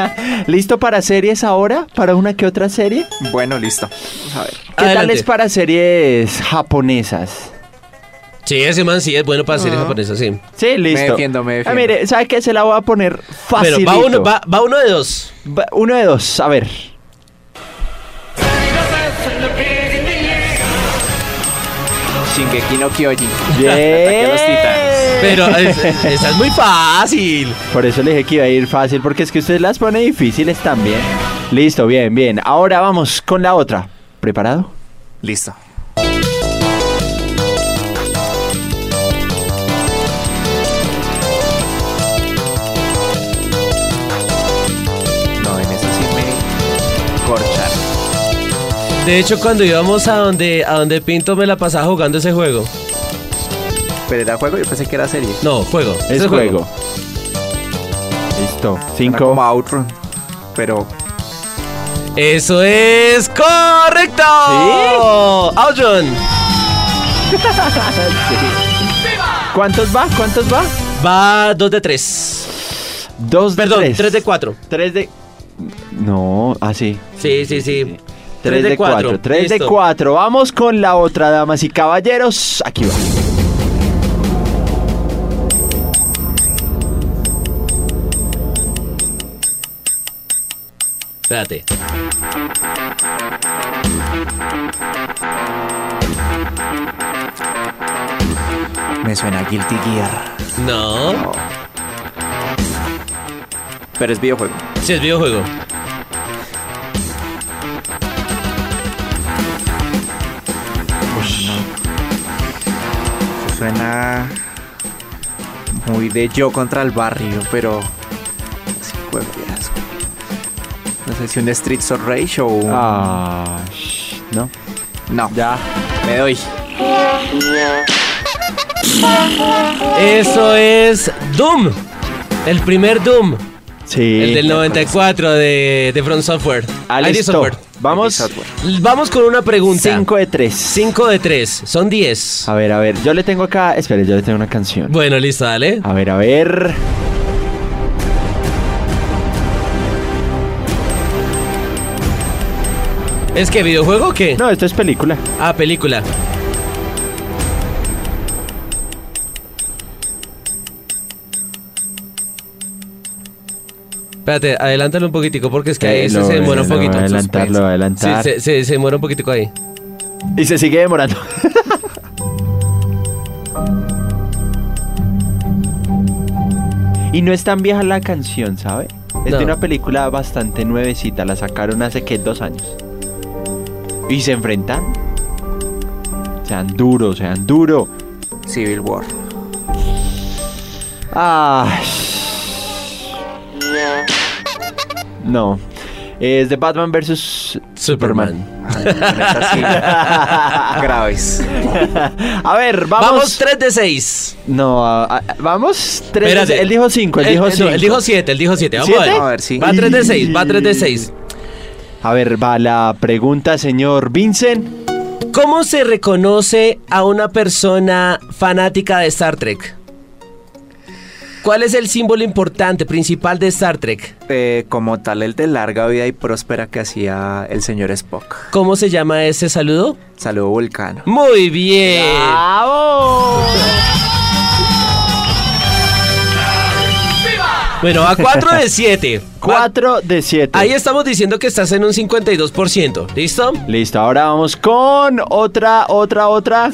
A: <laughs> ¿Listo para series ahora? ¿Para una que otra serie?
D: Bueno, listo. Vamos a ver.
A: ¿Qué
B: Adelante.
A: tal es para series japonesas?
B: Sí, ese man sí es bueno para
A: Ah.
B: series japonesas, sí.
A: Sí, listo.
D: defiendo, me
A: Ah,
D: defiendo.
A: mire, ¿sabe qué? Se la voy a poner
B: Pero
A: fácil.
B: va uno, va, va uno de dos.
A: Va- Uno de dos, a ver.
D: Shingeki no Kyojin.
A: Bien.
D: los titanes.
B: Pero eh, es- esa es muy fácil.
A: <laughs> Por eso le dije que iba a ir fácil, porque es que usted las pone difíciles también. Listo, bien, bien. Ahora vamos con la otra. ¿Preparado?
D: Listo. No, en eso sí me corchar.
B: De hecho, cuando íbamos a donde, a donde Pinto me la pasaba jugando ese juego.
D: Pero era juego, yo pensé que era serie.
B: No, juego.
A: Es
B: Ese
A: juego. Listo.
D: Era como
A: Cinco.
D: Outrun. Pero
B: Eso es correcto. ¿Sí?
A: ¿Cuántos va? ¿Cuántos va?
B: va dos de tres.
A: Dos de
B: Perdón,
A: tres.
B: tres de cuatro.
A: Tres de... No, ah, así.
B: Sí, sí, sí.
A: Tres de cuatro. Tres de
B: Listo.
A: cuatro. Vamos con la otra, damas y caballeros. Aquí va.
B: Espérate.
D: me suena a Guilty Gear.
B: No,
D: Pero es videojuego.
B: sí es videojuego.
D: Suena muy de yo contra el barrio, pero sí, juego de asco. No sé si un Streets of Rage o un...
A: Ah, sh- no.
D: no,
A: Ya.
D: me doy.
B: Eso es Doom. El primer Doom.
A: Sí.
B: El del 94 de, de Front Software.
A: Ah,
B: ID
A: listo.
B: Software.
A: Vamos.
B: Vamos con una pregunta.
A: 5 de 3.
B: 5 de 3. Son 10.
A: A ver, a ver. Yo le tengo acá. Espere, yo le tengo una canción.
B: Bueno, listo, dale.
A: A ver, a ver.
B: ¿Es que videojuego o qué?
A: No, esto es película.
B: Ah, película. Espérate, adelántalo un poquitico porque es que ahí
A: Eh,
B: se,
A: lo-
B: se demora un
A: lo voy
B: poquito.
A: a adelantar, lo voy a adelantar.
B: Sí, se, se, se demora un poquitico ahí.
A: Y se sigue demorando. y no es tan vieja la canción, ¿sabe? Es
B: No.
A: de una película bastante nuevecita. La sacaron hace que dos años. Y se enfrentan. Sean duro, sean duro.
D: Civil War.
A: Ah. No. Es de Batman vs.
B: Superman.
D: <laughs> Graves.
A: <laughs> A ver, vamos.
B: Vamos, 3 de 6.
A: No, a- a- vamos. Tres,
B: Espérate. Eh,
A: Él dijo cinco, él dijo cinco.
B: Él dijo 7, él dijo 7. Vamos a
A: ¿Siete?
B: ver.
D: A ver, sí.
B: Va 3 de 6, va 3 de 6.
A: A ver, va la pregunta, señor Vincent.
B: ¿Cómo se reconoce a una persona fanática de Star Trek? ¿Cuál es el símbolo importante, principal de Star Trek?
D: Eh, como tal, el de larga vida y próspera que hacía el señor Spock.
B: ¿Cómo se llama ese saludo?
D: Saludo Vulcano.
B: Muy bien.
A: Ah.
B: Bueno, a 4
A: <laughs>
B: de 7.
A: 4 de 7.
B: Ahí estamos diciendo que estás en un 52%. ¿Listo?
A: Listo, ahora vamos con otra, otra, otra.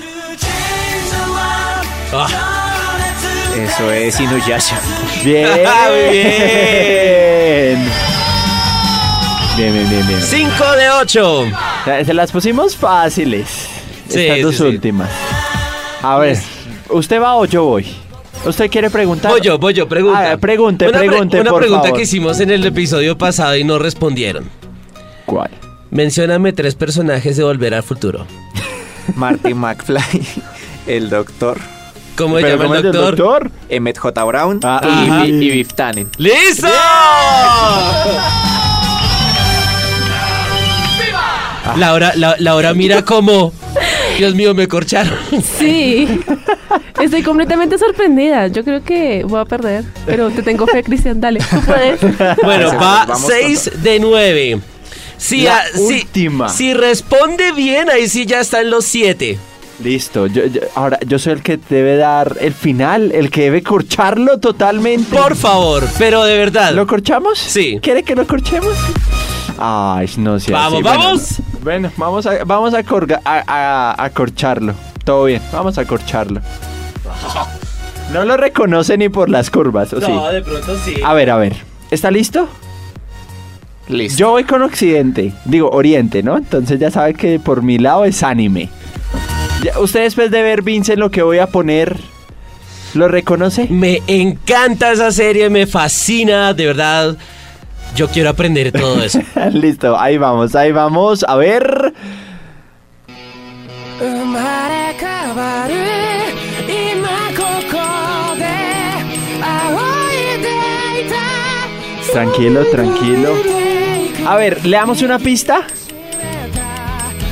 B: Ah,
D: Eso es <laughs> Inuyasha.
B: <laughs>
A: Bien.
B: Ah,
A: bien. Bien, bien, bien, bien.
B: 5 de 8.
A: O sea, Se las pusimos fáciles.
B: Sí,
A: Estas dos
B: sí, sí.
A: últimas. A ver, ¿usted va o yo voy? ¿Usted quiere preguntar?
B: Voy yo, voy yo, pregunta.
A: Ah, pregunte,
B: Una pre-
A: pregunte,
B: Una
A: por
B: pregunta
A: favor.
B: que hicimos en el episodio pasado y no respondieron.
A: ¿Cuál?
B: Mencióname tres personajes de Volver al Futuro.
D: Marty McFly. El doctor.
B: ¿Cómo se
A: ¿Pero
B: llama
A: cómo
B: el
A: es del
B: doctor?
A: doctor?
D: Emmett J. Brown.
A: Ah,
D: y,
A: ajá.
D: Bi- y Biff Tannen.
B: ¡Listo! <laughs> Laura, la, Laura mira como... Dios mío,
A: <laughs>
B: me corcharon.
C: Sí. Estoy completamente sorprendida. Yo creo que voy a perder. Pero te tengo fe, Cristian. Dale, tú puedes.
A: <laughs>
B: Bueno,
D: Vamos,
B: va
D: vamos,
B: 6 de 9. Si,
A: La
B: ah, si-
A: última.
B: Si, responde bien, ahí sí ya está en los 7.
A: Listo, yo, yo- ahora yo soy el que debe dar el final, el que debe corcharlo totalmente.
B: Por favor, pero de verdad.
A: ¿Lo corchamos?
B: Sí.
A: ¿Quiere que lo corchemos? Ay, no sé.
B: Vamos, vamos.
A: Bueno, vamos a, vamos a, corga- a, a- a corcharlo. Todo bien, vamos a corcharlo. No lo reconoce ni por las curvas, ¿o sí?
B: de pronto sí.
A: A ver, a ver. ¿Está listo?
D: Listo.
A: Yo voy con Occidente, digo Oriente, ¿no? Entonces ya sabe que por mi lado es anime. Ya, usted después de ver Vincent lo que voy a poner, ¿lo reconoce? <laughs>
B: Me encanta esa serie, me fascina, de verdad. Yo quiero aprender
A: <laughs>
B: todo eso.
A: Listo, ahí vamos, ahí vamos, a ver. Tranquilo, tranquilo. A ver, ¿le damos una pista?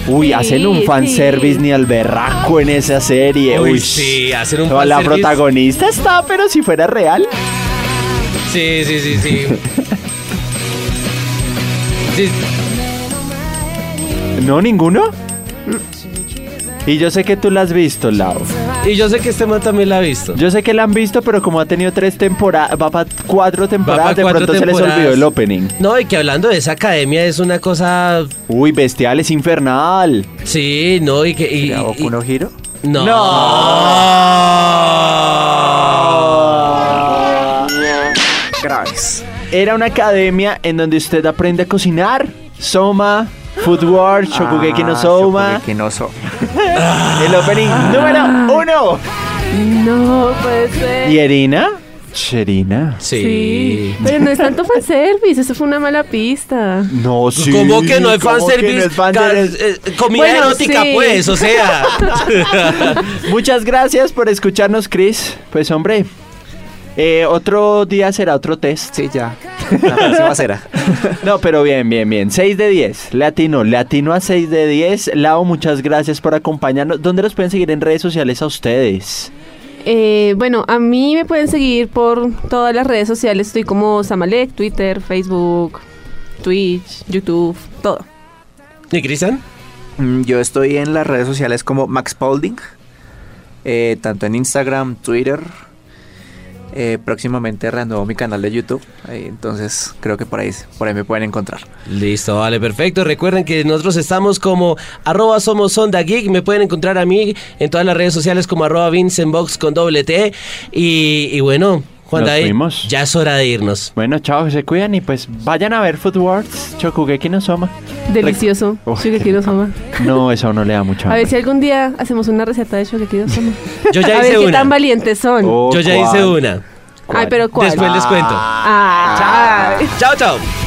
A: Uy,
C: Sí,
A: hacen un fanservice
C: sí.
A: ni al berraco en esa serie.
B: Uy, sí, hacen un
A: No, La
B: fanservice.
A: protagonista está, pero si fuera real.
B: Sí, sí, sí,
A: <laughs>
B: sí. Sí,
A: No, ninguno. Y yo sé que tú la has visto, Lau.
B: Y yo sé que este man también la ha visto.
A: Yo sé que la han visto, pero como ha tenido tres temporadas, va para cuatro temporadas,
B: pa'
A: de
B: cuatro
A: pronto se les
B: temporadas.
A: olvidó el opening.
B: No, y que hablando de esa academia es una cosa.
A: Uy, bestial, es infernal.
B: Sí, no, y que. y-
D: ¿Era
B: y-
D: Boku no Hero?
B: y- no.
D: Graves.
A: Era una academia en donde usted aprende a cocinar. Soma, Food War, Shokugeki no
D: Ah,
A: Soma.
D: Shokugeki no Soma.
A: El opening número uno.
C: No puede ser.
A: ¿Y Erina? Sherina.
B: Sí.
C: Pero no es tanto fanservice. Eso fue una mala pista.
A: No, sí.
B: ¿Cómo que no es
A: ¿cómo que no
B: fanservice?
A: es fanservice?
B: Ca- eh, eh, comida
C: Bueno,
B: erótica,
C: sí.
B: pues, o
C: <laughs>
B: sea.
A: Muchas gracias por escucharnos, Chris. Pues hombre, eh, otro día será otro test.
D: Sí, ya. La próxima será.
A: No, pero bien, bien, bien. 6 de 10. Latino, latino a 6 de 10. Lao, muchas gracias por acompañarnos. ¿Dónde los pueden seguir en redes sociales a ustedes?
C: Eh, bueno, a mí me pueden seguir por todas las redes sociales. Estoy como Samalek, Twitter, Facebook, Twitch, YouTube, todo.
B: ¿Y Cristian?
D: Mm, Yo estoy en las redes sociales como Max Paulding, eh, tanto en Instagram, Twitter. eh, próximamente renuevo mi canal de YouTube, ahí, entonces creo que por ahí, por ahí me pueden encontrar.
B: Listo, vale, perfecto. Recuerden que nosotros estamos como arroba somos Onda Geek. Me pueden encontrar a mí en todas las redes sociales como arroba VincentBox con doble T. Y, y bueno, Juan
A: Nos
B: David,
A: fuimos.
B: ya es hora de irnos.
A: Bueno, chao, se cuidan y pues vayan a ver Food Wars, Chokugeki no Soma.
C: Delicioso.
A: Uf.
C: Shugekiro Soma.
A: No, eso no le da mucha
C: A ver si
A: hambre.
C: algún día hacemos una receta de Shugekiro Soma.
B: <laughs> Yo ya
C: a ver
B: hice
C: qué
B: una.
C: tan valientes son.
A: Oh,
B: Yo ya hice
A: ¿cuál?
B: una.
C: Ay, pero ¿cuál?
B: Después les cuento.
C: Ah,
B: Chao, chao.